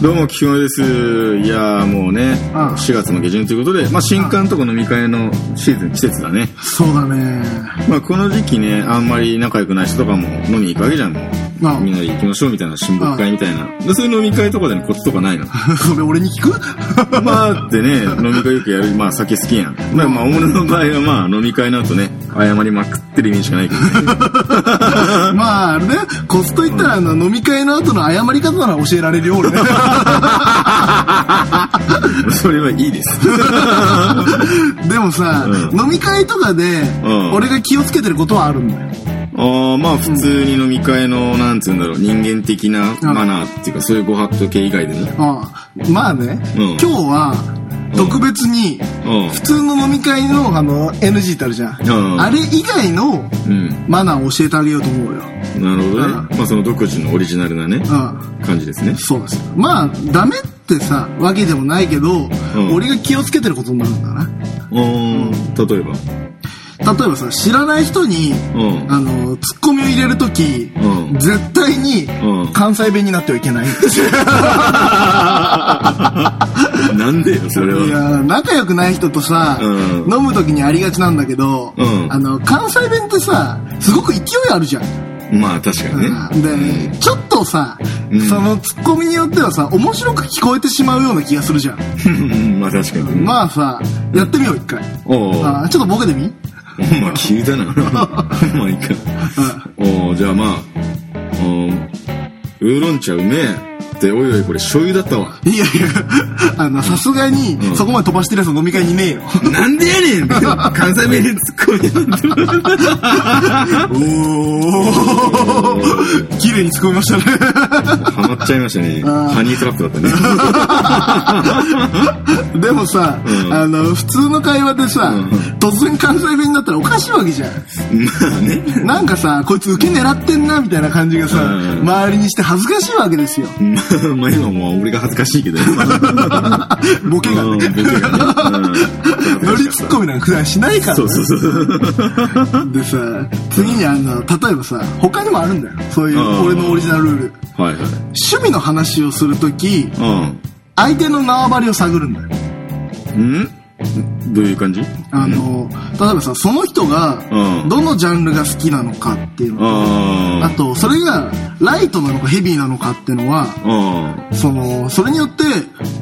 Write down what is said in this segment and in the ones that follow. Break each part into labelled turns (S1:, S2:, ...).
S1: どうも、菊野です。いやーもうね、
S2: ああ
S1: 4月の下旬ということで、まあ、新刊とか飲み会のシーズン、季節だね。
S2: そうだね。
S1: まあ、この時期ね、あんまり仲良くない人とかも飲みに行くわけじゃん。
S2: な
S1: みんなで行きましょうみたいな、親睦会みたいな。でそういう飲み会とかでのコツとかないの
S2: あ、それ俺に聞く
S1: まあってね、飲み会よくやる、まあ酒好きやん。まあ、まあ、俺の場合はまあ飲み会なんとね、謝りまくってる意味しかないけどね。
S2: まあ、あれね、コスト言ったら、あの、飲み会の後の謝り方なら教えられる よ、俺ね。
S1: それはいいです。
S2: でもさ、
S1: うん
S2: 飲み会とかで、
S1: ん
S2: 俺が気をつけてることはあるんだよ。
S1: ああまあ普通に飲み会の、なんつうんだろう、人間的なマナーっていうか、そういうご法度系以外でも。
S2: ああまあね、
S1: うん
S2: 今日は、特別に、
S1: うん。
S2: 普通の飲み会の、あの、NG ってあるじゃん。
S1: うん
S2: あれ以外の、
S1: うん。
S2: マナーを教えてあげようと思うよ。
S1: なるほどね。
S2: うん
S1: まあその独自のオリジナルなね、
S2: うん。
S1: 感じですね。
S2: そうです。まあ、ダメってさ、わけでもないけど、
S1: ん
S2: 俺が気をつけてることになるんだな。
S1: うん。例えば。
S2: 例えばさ知らない人に、
S1: うん
S2: あのツッコミを入れるとき、
S1: うん
S2: 絶対に、
S1: うん
S2: 関西弁になってはいけないい
S1: なんでよ、それは。
S2: や仲良くない人とさ、
S1: うん
S2: 飲むときにありがちなんだけど、
S1: うん
S2: あの関西弁ってさすごく勢いあるじゃん、
S1: まあ確かにね。
S2: うんでちょっとさ、
S1: うん
S2: そのツッコミによってはさ面白く聞こえてしまうような気がするじゃん、
S1: うんまあ確かに。
S2: まあさやってみよう一回、
S1: おう
S2: あーちょっとボケてみ
S1: まあ急だな。まあいいか。おうじゃあまあ、うんウーロン茶うめえって、おいおいこれ醤油だったわ。
S2: いやいや、 あの、さすがに、
S1: ん
S2: そこまで飛ばしてるやつ飲み会にいねえよ。
S1: なんでやねん関西弁で突っ込 み
S2: おー綺麗に突っ込みましたね。
S1: ハマっちゃいましたね。ハニートラップだったね。
S2: でもさ、
S1: うん
S2: あの、普通の会話でさ、
S1: ん
S2: 突然関西弁になったらおかしいわけじゃん。
S1: まあね。
S2: なんかさ、こいつ受け狙ってんな、みたいな感じがさ、
S1: うん
S2: 周りにして恥ずかしいわけ ですよ。
S1: まあまあ今もう俺が恥ずかしいけど。
S2: ボケが
S1: うん
S2: ね。
S1: ボケ がねうん
S2: ノリツッコミなんか普段しないから、
S1: そうそうそう。
S2: でさ、次にあの、例えばさ、他にもあるんだよ。そういう
S1: うん、
S2: 俺のオリジナルルール。
S1: はいはい。
S2: 趣味の話をするとき、
S1: う
S2: 相手の縄張りを探るんだよ。
S1: ん。んどういう感じ
S2: あの、例えばさ、その人が
S1: う、ん
S2: どのジャンルが好きなのかっていうの。あ
S1: あ
S2: と、それが、ライトなのかヘビーなのかっていうのは、
S1: あ。うん。
S2: その、それによって、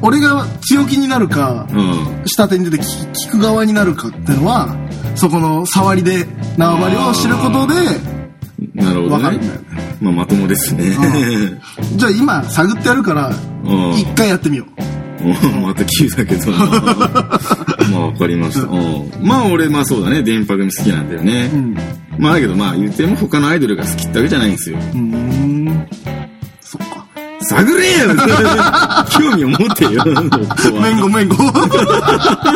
S2: 俺が強気になるか、
S1: うん。
S2: 下手に出て聞聞く側になるかっていうのは、そこの触りで、縄張りを知ることで、
S1: なるほ
S2: わか
S1: ど
S2: る
S1: ね
S2: んだよね。
S1: まあまともですね。
S2: じゃあ今、探ってやるから、
S1: うん
S2: 一回やってみよう。
S1: うんまた急だけど な。まあわかりました。うんまあ俺、まあそうだね。電波組好きなんだよね。
S2: うん。
S1: まあだけどまあ言っても他のアイドルが好きってわけじゃないんですよ。
S2: うーん。そっか。
S1: 探 れよ興味を持てよ。夫は
S2: めんご めんご。なんか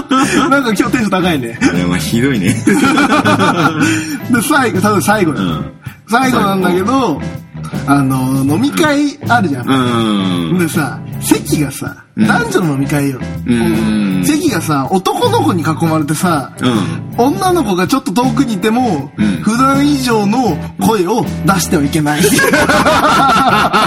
S2: 今日テンション高いね。
S1: いやまあひどいね。
S2: で、最後、多分最後だ、
S1: うん
S2: 最後なんだけど、あの、飲み会あるじゃん。
S1: うん。
S2: でさ、席がさ、
S1: うん
S2: 男女の飲み会よ。
S1: うん
S2: 席がさ、男の子に囲まれてさ、
S1: うん。
S2: 女の子がちょっと遠くにいても、
S1: うん
S2: 普段以上の声を出してはいけない。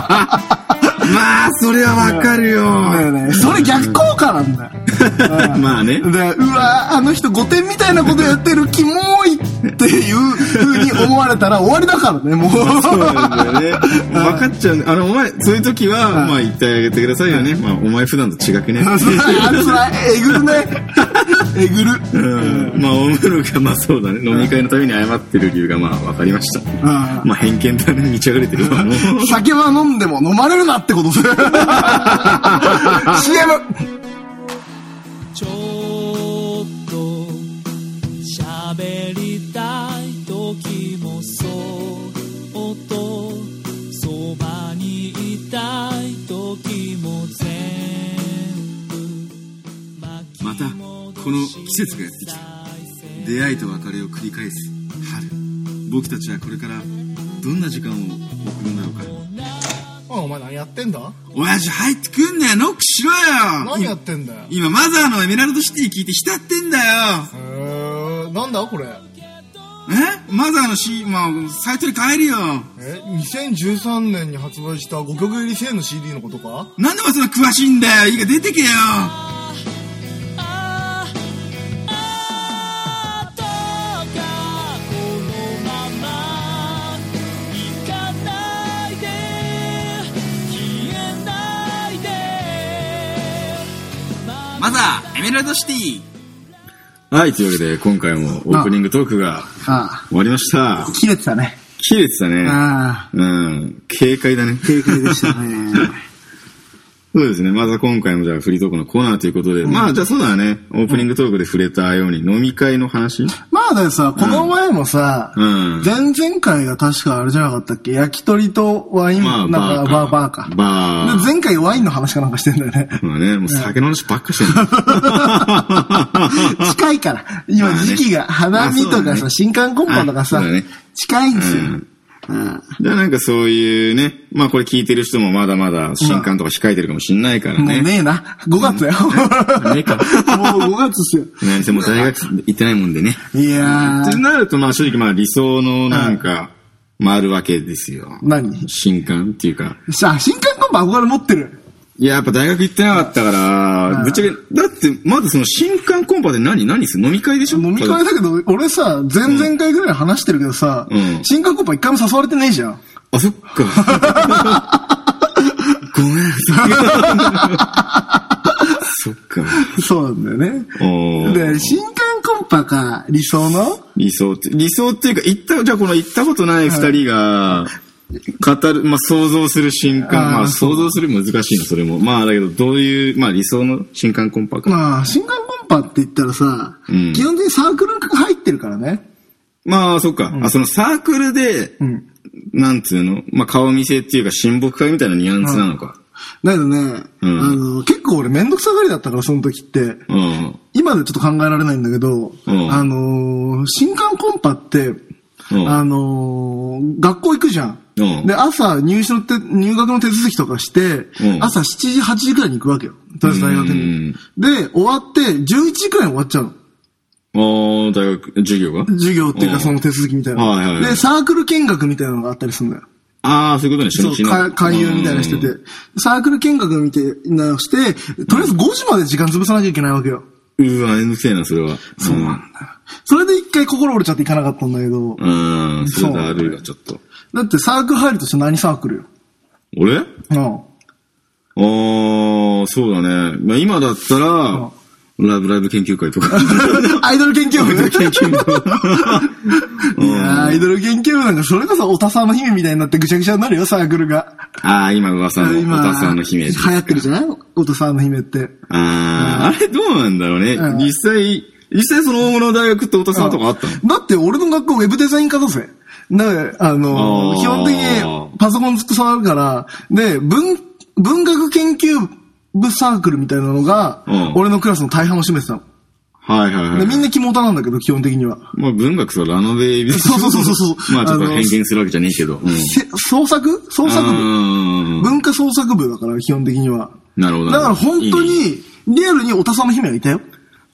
S1: まあ、それはわ かるよ。
S2: だよね。 それ逆効果なんだよ。
S1: まあ
S2: で、。
S1: ね
S2: うわーあの人5点みたいなことやってる、キモいっていう風に思われたら終わりだからね、もう。
S1: そうな んだよね。分かっちゃうね。あの、お前、そういう時は、まあ言ってあげてくださいよね。まあ、お前普段と違 くね。
S2: あそれあれそれえぐるね。 えぐる。
S1: うん。まあ、大室が、まあそうだね。飲み会のために謝ってる理由が、まあ、わかりました。
S2: あ
S1: まあ、偏見だね。満ち溢れてるわ。もう
S2: あ酒は飲んでも飲まれるなってこと する。CM!
S3: ちょっと喋りたい時もそっとそばにいたい時も全部
S4: またこの季節がやってきた出会いと別れを繰り返す春僕たちはこれからどんな時間を送るんだろうか
S5: お前何やってんだ
S4: 親父入ってくんなよノックしろ
S5: 何や
S4: よ
S5: ってんだよ
S4: 今マザーのエメラルドシティ聞いて浸ってんだよ
S5: へえなんだこれ
S4: えまだあの C、まあ、サイトに変えるよ。
S5: え2013年に発売した5曲入り1000の CD のことか
S4: なんでもそんな詳しいんだよ。いいから出てけよ。
S3: ああどうかこのまま行かないで消えないで
S4: マザー、エメラルドシティ。
S1: はい、というわけで、今回もオープニングトークが
S2: あ
S1: 終わりました
S2: あ、。切れてたね。
S1: 切れてたね。
S2: ああ、
S1: うん。軽快だね。
S2: 正解でしたね。
S1: そうですね。まずは今回もじゃあフリートークのコーナーということで、まあじゃあそうだね。オープニングトークで触れたように飲み会の話
S2: まあだってさ、この前もさ、
S1: うん
S2: 前々回が確かあれじゃなかったっけ焼き鳥とワイン、
S1: ま
S2: な
S1: あ
S2: んか、
S1: バ
S2: バー、
S1: ー
S2: バ
S1: か
S2: ーか。
S1: バー
S2: で前回ワインの話かなんかしてんだよね。
S1: まあね、もう酒の 話ばっかしてる。
S2: 近いから。今時期が、花見と
S1: ま
S2: か
S1: あそうだ
S2: さ、
S1: ね
S2: 新刊コンパとか
S1: あ
S2: さ
S1: そうだね、
S2: 近いんですよ
S1: うん。
S2: うん
S1: じゃあなんかそういうね、まあこれ聞いてる人もまだまだ新刊とか控えてるかもしんないから
S2: もう
S1: ね。
S2: ねえな。5月だよ。 も
S1: ねえか。
S2: う5月っす
S1: なんせもう大学行ってないもんでね。
S2: よ。いや
S1: って
S2: ー。
S1: なるとまあ正直まあ理想のなんか、まああるわけですよ。
S2: 何
S1: 新刊っていうか。
S2: さあ、新刊コンパ憧れ持ってる。
S1: いや、やっぱ大学行ってなかったから、ぶっちゃけ、だって、まずその新刊コンパで何何する飲み会でしょ
S2: 飲み会だけど、俺さ、前々回ぐらい話してるけどさ
S1: うん、
S2: 新刊コンパ一回も誘われてねえじゃん。
S1: あ、そっ か。ごめん。そっか。
S2: そうなんだよね。
S1: おー
S2: で、新刊コンパか、理想の
S1: 理想って、理想っていうか、行った、じゃあこの行ったことない二人が、語る、まあ、想像する新刊、
S2: あー
S1: まあ、想像する難しいの、それも。まあ、だけど、どういう、まあ、理想の新刊コンパか。
S2: まあ、新刊コンパって言ったらさ、
S1: うん
S2: 基本的にサークルが入ってるからね。
S1: まあ、そっか。あ、そのサークルで、
S2: ん
S1: なんつうのまあ、顔見せっていうか、親睦会みたいなニュアンスなのか。
S2: だけどね、
S1: うん
S2: あの、結構俺めんどくさがりだったから、その時って。
S1: うん。
S2: 今でちょっと考えられないんだけど、
S1: うん
S2: あのー新刊コンパって、
S1: うん
S2: あのー学校行くじゃん。
S1: うん
S2: で、朝入試のて、入学の手続きとかして、
S1: うん
S2: 朝7時、8時くらいに行くわけよ。とりあえず大学に。で、終わって、11時くらいに終わっちゃうの。
S1: ああ、大学、授業が
S2: 授業っていう
S1: う
S2: か
S1: ん
S2: その手続きみたいな。
S1: はいはいはい
S2: で、サークル見学みたいなのがあったりするんだよ。
S1: ああ、そういうことね、初
S2: そう
S1: 日、の。
S2: か勧誘みたいなのして
S1: うん
S2: て。サークル見学みたいなのして、とりあえず5時まで時間潰さなきゃいけないわけよ。
S1: うわ、めんどくせえな、それは。そうなんだ。
S2: それで一回心折れちゃって行かなかったんだけど、
S1: うん、それだるいわ、ちょっと。
S2: だってサークル入るとして何サークルよ。
S1: 俺
S2: うん。
S1: ああ、そうだね。まあ、今だったら、ラブライブ研究会 とか。
S2: アイドル研究部
S1: 研究
S2: いやーアイドル研究部なんか、それこそおたさま姫みたいになってぐちゃぐちゃになるよ、サークルが。
S1: ああ、今噂の、おたさんの姫
S2: 流行ってるじゃないおたさま姫って。
S1: ああ、あれどうなんだろうね。
S2: うん
S1: 実際、実際その大物大学っておたさんとかあったの
S2: だって俺の学校ウェブデザイン科だぜ。だから、あの
S1: あー
S2: 基本的にパソコンずっと触るから、で、文、文学研究部サークルみたいなのが
S1: うん、
S2: 俺のクラスの大半を占めてたの。
S1: はいはいは
S2: で
S1: い。
S2: みんな肝タなんだけど、基本的には。
S1: まあ文学とラノベイビ
S2: そうそうそうそうそう
S1: まあちょっと
S2: あの
S1: 偏見するわけじゃねえけど。うん。
S2: せ創作創作部
S1: うん
S2: 文化創作部だから、基本的には。
S1: なるほど。
S2: だから本当
S1: いいね。
S2: に、リアルにおたさま姫がいたよ。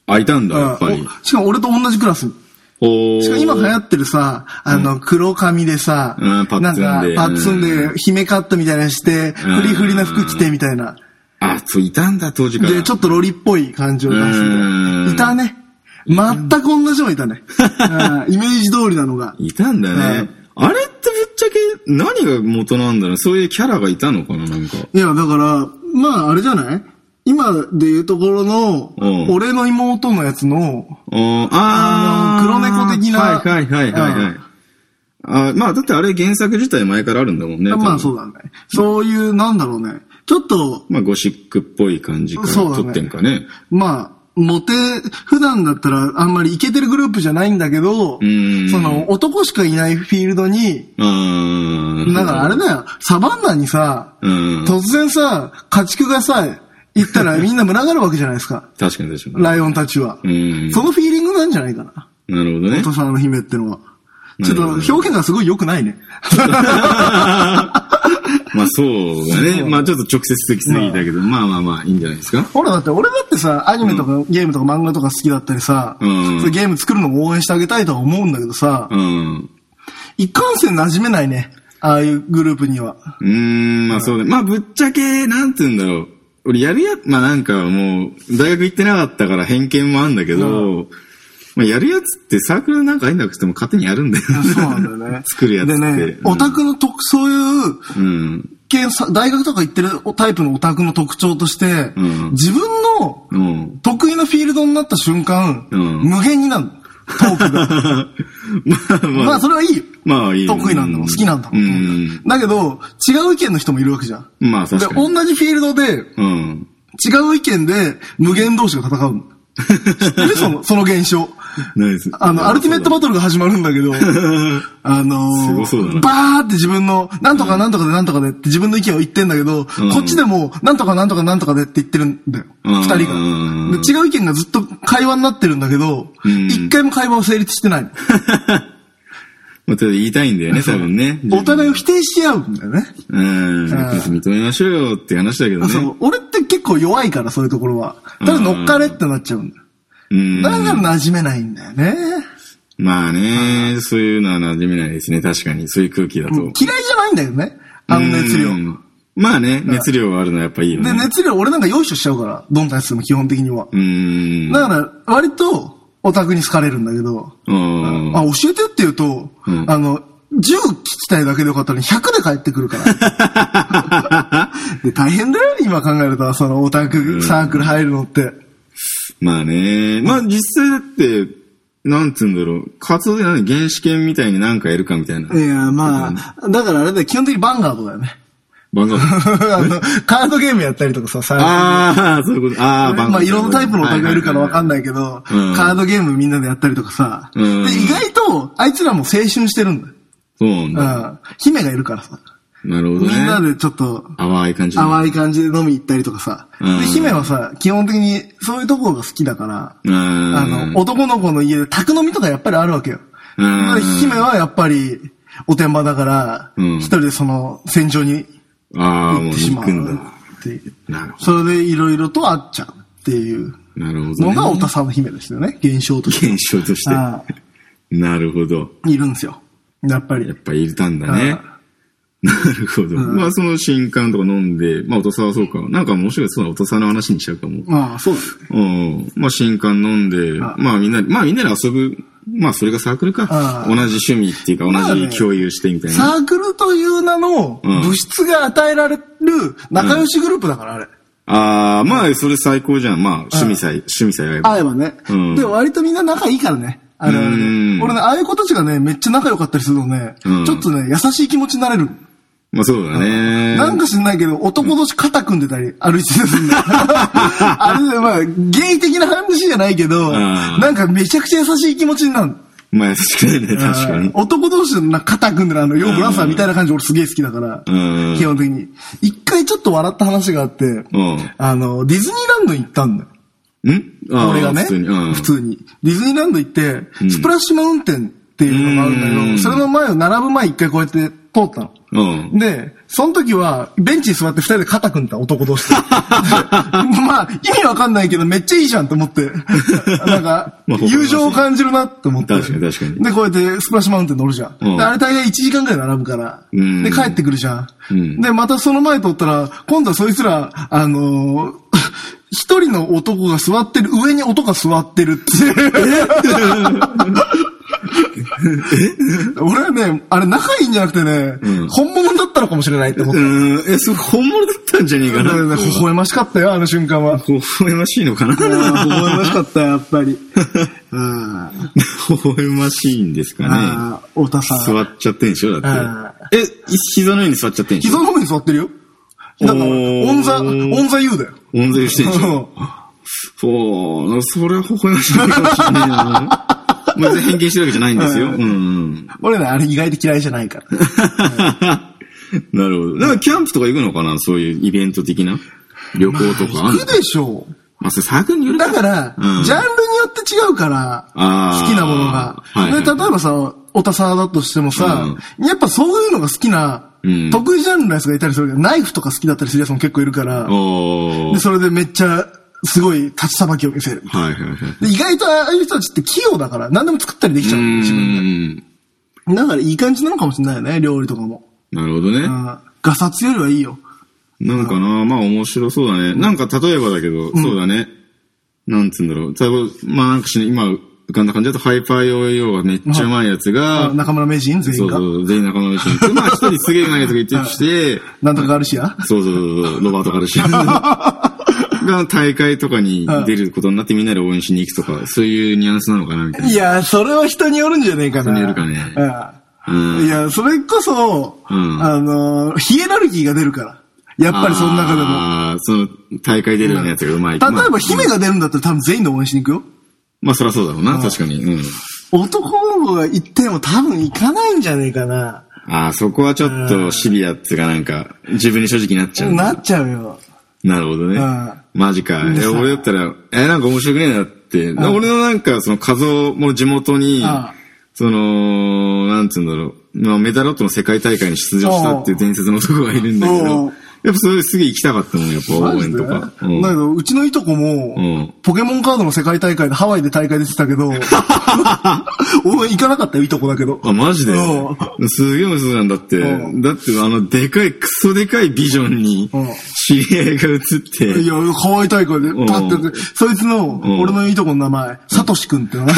S1: あ、いたんだ、やっぱ
S2: う
S1: り
S2: ん。おしかも俺と同じクラスに。
S1: おー
S2: しかも今流行ってるさ、あの、黒髪でさ、
S1: うんパッツン
S2: なんか
S1: で、
S2: パッツンで、姫カットみたいなのして、フリフリな服着てみたいな。
S1: あ、そう、いたんだ、当時から。
S2: で、ちょっとロリっぽい感じを出して
S1: うん
S2: みたいな。いたね。全く同じのがいたね。うんイメージ通りなのが。
S1: いたんだね。あれってぶっちゃけ何が元なんだろうそういうキャラがいたのかななんか。
S2: いや、だから、まあ、あれじゃない今でいうところの
S1: うん、
S2: 俺の妹のやつの、
S1: おーあー
S2: あの黒猫的な
S1: はいはいはいはいは
S2: う
S1: い
S2: ん。
S1: あまあ、だってあれ原作自体前からあるんだもんね。
S2: まあ
S1: 多
S2: そ
S1: 分
S2: うだね。そういう、なんだろうね。ちょっと、
S1: まあ、ゴシックっぽい感じから
S2: そうだね
S1: 撮ってんかね。
S2: まあ、モテ、普段だったらあんまりイケてるグループじゃないんだけど、
S1: ん
S2: その男しかいないフィールドに、
S1: うーん。
S2: だからあれだよ、サバンナにさ、
S1: うん。
S2: 突然さ、家畜がさ、行った らみんな群がるわけじゃないですか。
S1: 確かに確かに。
S2: ライオンたちは。
S1: うん。
S2: そのフィーリングなんじゃないかな。
S1: なるほどね
S2: お。父さんの姫ってのは。
S1: な
S2: ちょ
S1: る
S2: っと
S1: ほど
S2: 表現がすごい良くないね。
S1: まあそうだね。まあちょっと直接的すぎたけど、まあまあまあいいんじゃないですか。
S2: ほらだって、俺だってさ、アニメとかゲームとか漫画とか好きだったりさ、
S1: うん
S2: そういうゲーム作るのも応援してあげたいとは思うんだけどさ、
S1: うん。
S2: いかんせん馴染めないね。ああいうグループには。
S1: うーん、まあそうだ。まあぶっちゃけ、なんて言うんだろう。俺やるや、まあなんかもう、大学行ってなかったから偏見もあるんだけど、まあやるやつってサークルなんか入んなくても勝手にやるんだよ。。
S2: そうなんだよ ね
S1: 作るやつって
S2: でね、
S1: うん
S2: オタクの特、そういう、
S1: うん。
S2: けんさ大学とか行ってるタイプのオタクの特徴として、
S1: うん
S2: 自分の
S1: うん。
S2: 得意なフィールドになった瞬間、
S1: うん
S2: 無限になる。トークが。
S1: まあまあ、
S2: まあ、それはいいよ。
S1: まあいいよ
S2: 得意なんだもん、好きなんだも
S1: うんん。。
S2: だけど、違う意見の人もいるわけじゃん。
S1: まあ
S2: で、
S1: 確か
S2: 同
S1: に。
S2: じフィールドで、
S1: うん。
S2: 違う意見で、無限同士が戦うの。知ってるその、その現象。
S1: ないです。
S2: あの、アルティメットバトルが始まるんだ けど、あ
S1: す
S2: の
S1: ごそうだ
S2: ー、
S1: な
S2: バーって自分の、なんとかなんとかでなんとかでって自分の意見を言ってんだけど、こっちでも、なんとかなんとかなんとかでって言ってるんだよ。
S1: うん
S2: 二人が。で
S1: うん
S2: 違う意見がずっと会話になってるんだけど、
S1: うん
S2: 一回も会話を成立してないの。
S1: まあ、ちょっと言いたいんだよね、多分ね。
S2: お互いを否定し合うんだよね。
S1: うん。認めましょうよって話だけどね。
S2: そう。俺って結構弱いから、そういうところは。ただ乗っかれってなっちゃうんだよ。
S1: うん。
S2: だから馴染めないんだよね。
S1: まあね、そういうのは馴染めないですね、確かに。そういう空気だと。
S2: 嫌いじゃないんだよね。あの熱量
S1: う。んまあね、熱量があるのはやっぱいいよね。
S2: で、熱量俺なんか用意しちゃうから、どんなやつでも基本的には。
S1: うーん。
S2: だから、割と、オタクに好かれるんだけど、
S1: うん。
S2: あ、教えてって言うと、
S1: うん
S2: あの、10聞きたいだけでよかったのに100で帰ってくる から。で、大変だよ、今考えると、そのオタクサークル入るのって。
S1: まあね。まあ実際だって、なんつうんだろう。活動で何原始圏みたいに何かやるかみたいな。
S2: いや、まあ、だからあれだよ、基本的にバンガードだよ ね。
S1: 番号。
S2: あの、カードゲームやったりとかさ、サークル
S1: ああ、そういうこと。ああ、番
S2: まあ、いろんなタイプのオタクがいるからわかん
S1: ない。
S2: ないけど、カ
S1: うん
S2: ードゲームみんなでやったりとかさ。で、
S1: うん
S2: 意外と、あいつらも青春してるんだよ。
S1: そうなん
S2: う
S1: だ。
S2: ん。姫がいるからさ。
S1: なるほど
S2: み
S1: ね。
S2: んなでちょっと、
S1: 淡い感じの。
S2: 淡い感じで飲み行ったりとかさ。
S1: うん
S2: で、姫はさ、基本的にそういうところが好きだから、
S1: うん。
S2: あの、男の子の家で宅飲みとかやっぱりあるわけよ。
S1: うん
S2: で姫はやっぱり、おてんばだから、
S1: うん
S2: 一人でその、戦場に
S1: ああ、
S2: 行
S1: も
S2: っ
S1: う
S2: てし
S1: 行
S2: まう
S1: くんだ。
S2: っていう。
S1: なるほ
S2: それでいろいろと会っちゃうっていう
S1: ど。なるほど、
S2: の
S1: ね。
S2: がおたさんの姫ですよね、現象として。
S1: 現象として。
S2: あ
S1: なるほど。
S2: あいるんですよ。やっぱり
S1: やっ。ぱいたんだね。なるほど。
S2: ん
S1: まあその新刊とか飲んで、まあおとさはそうか。なんか面白いそうなおとさの話にしちゃうかも。
S2: まあ、そうだね。
S1: うん。まあ新刊飲んで、
S2: あ
S1: まあみんな、まあみんなで遊ぶ。まあそれがサークルか
S2: あ。
S1: 同じ趣味っていうか
S2: まあね
S1: 同じ共有してみたいな。
S2: サークルという名の
S1: うん
S2: 物質が与えられる仲良しグループだから、あれ。
S1: ああ、まあそれ最高じゃん。まあ趣味さえ、趣味さえあれば。
S2: 会えばね。
S1: うん
S2: で、割とみんな仲いいからね。あれは
S1: う
S2: ね。
S1: ん
S2: 俺ね、ああいう子たちがね、めっちゃ仲良かったりするとね、
S1: うん
S2: ちょっとね、優しい気持ちになれる。
S1: まあそうだね。
S2: なんか知んないけど、男同士肩組んでたり、歩いてたりする んだよ。あれね、まあ、ゲイ的な話じゃないけど、
S1: ん
S2: なんかめちゃくちゃ優しい気持ちになる。
S1: まあ優しくないね、確かに。
S2: 男同士のな肩組んでるあの、ヨーブラザーみたいな感じ俺すげえ好きだから、
S1: うん
S2: 基本的に。一回ちょっと笑った話があって、
S1: ん
S2: あの、ディズニーランドに行ったんだよ。
S1: んあー
S2: 俺がね、普通に,、
S1: うん
S2: ディズニーランド行って、
S1: ん
S2: スプラッシュマウンテンっていうのがあるんだけど、
S1: うん
S2: それの前を並ぶ前一回こうやって通ったの。
S1: うん。
S2: で、その時は、ベンチに座って二人で肩組んだ男同士で。 まあ、意味わかんないけど、めっちゃいいじゃんと思って。なんか、
S1: まあ
S2: 友情を感じるなって思って。
S1: 確かに確かに
S2: で、こうやってスプラッシュマウンテン乗るじゃん。
S1: うん
S2: であれ大概1時間ぐらい並ぶから。
S1: うん
S2: で、帰ってくるじゃん。
S1: うん
S2: で、またその前通ったら、今度はそいつら、あのー一人の男が座ってる、上に男が座ってるっていう。 俺はね、あれ仲いいんじゃなくてね、
S1: うん
S2: 本物だったのかもしれないって思っ
S1: う
S2: た。
S1: ん。え、それ本物だったんじゃねえか
S2: だ
S1: な。
S2: からね微笑ましかったよ、あの瞬間は。
S1: 微笑ましいのかな
S2: 微
S1: 微
S2: 笑ましかった、やっぱり。うん。
S1: 笑ましいんですかね。
S2: ああ、太田さん。
S1: 座っちゃってんでしょだって。え、膝の上に座っちゃってんでしょ
S2: 膝の方に座ってるよ。だから、
S1: おー
S2: オンザ、オンザ U だよ。
S1: 温存してんでしょそう、それは微笑ましいのかもしれな いな。まあ、全然偏見してるわけじゃないんですよ。うんうん。
S2: 俺ね、あれ意外と嫌いじゃないから。
S1: なるほど。だからキャンプとか行くのかなそういうイベント的な旅行とかあんの
S2: 行くでしょう。
S1: まあ、それサークルによる
S2: だから、
S1: うん
S2: ジャンルによって違うから、
S1: あー
S2: 好きなものが。
S1: はいはい
S2: で例えばさ、オタサーだとしてもさ、やっぱそういうのが好きな
S1: うん。
S2: 得意ジャンルのやつがいたりするけど、ナイフとか好きだったりするやつも結構いるから、
S1: お
S2: で、
S1: ー。
S2: それでめっちゃ、すごい立ちさばきを見せる。
S1: はいはいはい。
S2: で意外とああいう人たちって器用だから、何でも作ったりできちゃう。自分
S1: 分
S2: で。だからいい感じなのかもしれないよね、料理とかも。
S1: なるほどね。
S2: うんガサツよりはいいよ。
S1: なんかな、まあ面白そうだね。なんか例えばだけど、そうだね。なんつうんだろう。例えば、まあなんかし今浮かんだ感じだと、ハイパーヨーヨーはめっちゃうまいやつ
S2: あ
S1: が、
S2: 中村名人全
S1: そ
S2: 員
S1: う
S2: が。
S1: そう、全員仲間のうちに。まあ一人すげえうまいやつがいてして、
S2: なんとかガルシア
S1: そうそうそう、ロバート・カルシ アンが大会とかに出ることになってみんなで応援しに行くとか、そういうニュアンスなのかなみたいな。
S2: いや、それは人によるんじゃねえかな。
S1: 人によるかね
S2: うん
S1: うん
S2: いや、それこそ、
S1: うん
S2: あのー、ヒエラルキーが出るから。やっぱりその中でも。
S1: ああ、その大会出るようなやつがうまい。
S2: 例え
S1: まあ
S2: ば、姫が出るんだったら多分全員で応援しに行くよ。
S1: まあそりゃそうだろうな、確かに。うん。
S2: 男の子が行っても多分行かないんじゃねえかな。
S1: ああ、そこはちょっとシビアっていうかなんか、自分に正直になっちゃうんだ
S2: なっちゃうよ。
S1: なるほどね
S2: うん。
S1: マジか。え、俺だったら、え、なんか面白くねえなって。俺のなんか、その、画像も地元に
S2: ああ、
S1: その、なんつうんだろう。まあ、メダロットの世界大会に出場したっていう伝説の男がいるんだけ
S2: お
S1: ど
S2: う、
S1: やっぱそれすげえ行きたかったもん、やっぱ応援と
S2: マ
S1: か。
S2: ジ
S1: う
S2: でだけ
S1: ん
S2: ど、うちのいとこも、
S1: うん
S2: ポケモンカードの世界大会でハワイで大会出てた けど、応援行かなかったよ、いとこだけど。
S1: あ、マジで
S2: う
S1: すげえ面白いじゃんだって。
S2: うん
S1: だって、あの、でかい、クソでかいビジョンに
S2: うん、
S1: 知り合いが映って。
S2: いや、ハワイ大会で、
S1: ん
S2: パッて、そいつの、
S1: ん
S2: 俺のいとこの名前、サトシくんって名前。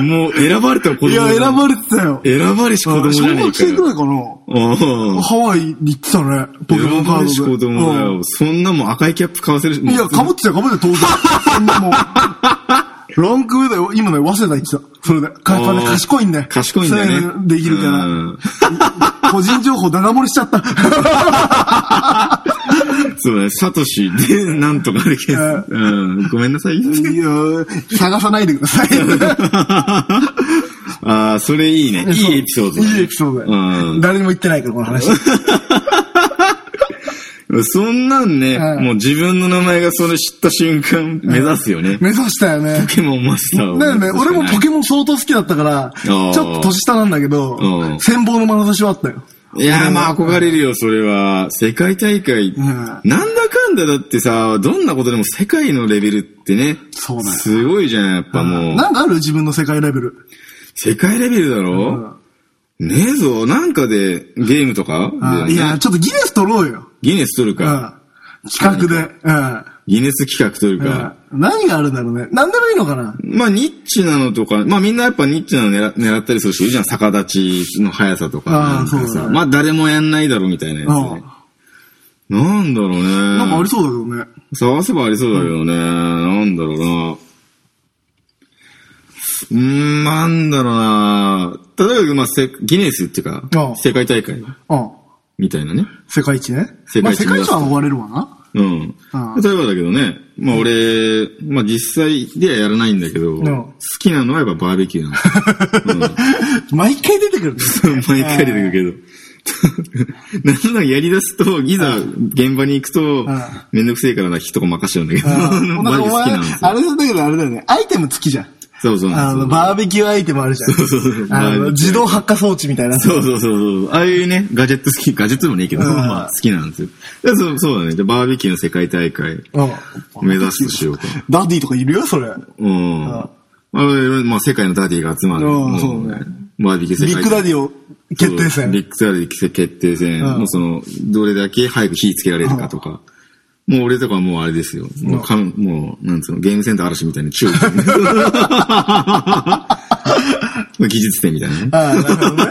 S1: もう選ばれた子供
S2: い
S1: だ
S2: や、
S1: ね。
S2: 選ばれてたよ。
S1: 選ばれし子供じゃ
S2: 小
S1: ねえ
S2: 学生
S1: か
S2: くら
S1: よ。
S2: いかな
S1: おう
S2: ハワイに行ってたね。ポケモ
S1: 選
S2: ンカー
S1: ば
S2: ド
S1: れ
S2: で。
S1: し子供だよ。そんなもん赤いキャップ買わせるし。
S2: うんいや、か
S1: も
S2: ぶってたよ、かぶってたよ、当然。そんなもん。ランク上だよ。今ね、早稲田行ってた。それで。かやっぱね、
S1: おー
S2: 賢いんだよ。
S1: 賢いんだね
S2: そういうのできるか
S1: うん
S2: ら。個人情報ダダ漏れしちゃった。
S1: そうだね。サトシで、なんとかできる。うん。ごめんなさい。
S2: いやー探さないでくだ さい。
S1: ああ、それいいね。いいエピソードだね。
S2: いいエピソードだよ
S1: うん
S2: 誰にも言ってないから、この 話。
S1: そんなんね、
S2: うん
S1: もう自分の名前がそれ知った瞬間、目指すよね。
S2: 目指したよね
S1: ポ。ケモンマスターを。
S2: だよね、俺もポケ
S1: モ
S2: モン相当好きだったから、ちょ
S1: ー
S2: っと年下なんだけど
S1: うん、
S2: 戦望の眼差しはあったよ。
S1: ン。いやー、まあ憧れるよ、それは。世界大会。
S2: うん
S1: なんだかんだだってさ、どんなことでも世界のレベルってね。
S2: そうだよ
S1: すごいじゃん、やっぱもう。
S2: なんかある自分の世界レベル。
S1: 世界レベルだろ、ねえぞ、なんかで、ゲームとか、
S2: あ
S1: で
S2: いや、ちょっとギネス取ろうよ。
S1: ギネス取る
S2: う
S1: か、
S2: ん企画で。うん
S1: ギネス企画取る
S2: うん
S1: か、
S2: 何があるんだろうね。何でもいいのかな
S1: まあ、ニッチなのとか、まあ、みんなやっぱニッチなの狙狙ったりする人いるじゃん。逆立ちの速さとか。
S2: ああ
S1: なんかさ
S2: そうだね
S1: まあ、誰もやんないだろうみたいなやつね。なんだろうね。
S2: なんかありそうだけどね。
S1: 探せばありそうだけどね。なんだろうな。うーん、なんだろうな。例えば、まあ、せギネスっていうか
S2: ああ、
S1: 世界大会
S2: うん。
S1: みたいなね。
S2: 世界一ね。
S1: 世
S2: まあ
S1: 界一
S2: 世界一は終われるわな。
S1: うん。
S2: ああ
S1: 例えばだけどね、まあ俺、まあ実際ではやらないんだけど、
S2: ん
S1: 好きなのはやっぱバーベキューなの。
S2: 毎回出てくるね。
S1: うん、毎回出てくるけど。なんなんやり出すと、いざ現場に行くと
S2: あ、
S1: めんどくせえからな、人とか任しちゃうんだけど、
S2: うんな
S1: バ
S2: んかお
S1: ーベキュー好き
S2: 前
S1: なのさ。
S2: あれだけどあれだよね。アイテム付きじゃん。
S1: そうそう
S2: あ
S1: そ
S2: の、
S1: う。
S2: バーベキューアイテムあるじゃん。
S1: そうそうそう
S2: あ
S1: バーベキュー
S2: の、自動発火装置みたいな。
S1: そうそうそうそう。ああいうね、ガジェット好き、ガジェットでもねえけど、
S2: ん
S1: まあ好きなんですよ。でそうそうだね。じゃあバーベキューの世界大会、
S2: うん。
S1: 目指すとしようか。
S2: ダディとかいるよ、それ。
S1: うん。
S2: あ
S1: あれまあ、世界のダディが集まる。
S2: うん
S1: ん
S2: そうね。
S1: バーベキュー世
S2: ビ
S1: 界
S2: ッグダディを決定
S1: そう
S2: 戦。
S1: ビッグダディ決定戦
S2: うん
S1: もうその、どれだけ早く火つけられるかとか。もう俺とかはもうあれですよ。もうかん、もう、なんつうの、ゲームセンター嵐みたいな 中 国。技術点みたいなね。
S2: ああ、なるほどね。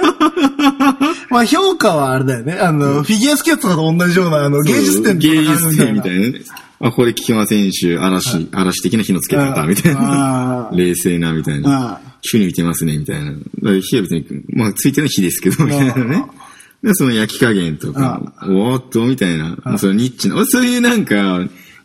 S2: まあ評価はあれだよね。あの、フィギュアスケートとかと同じような、あの、芸術点とか
S1: 芸術点みた
S2: ない
S1: なね。あ、これ菊間選手、嵐、嵐的な火のつけ方、みたい
S2: あ
S1: な。
S2: あ
S1: 冷静な、みたいな
S2: あ。
S1: 急に見てますね、みたいな。だから火は別に、まあ、ついてるのは火ですけど、みたいなね。で、その焼き加減とか、おーっと、みたいな。まあそのニッチな、俺そういうなんか、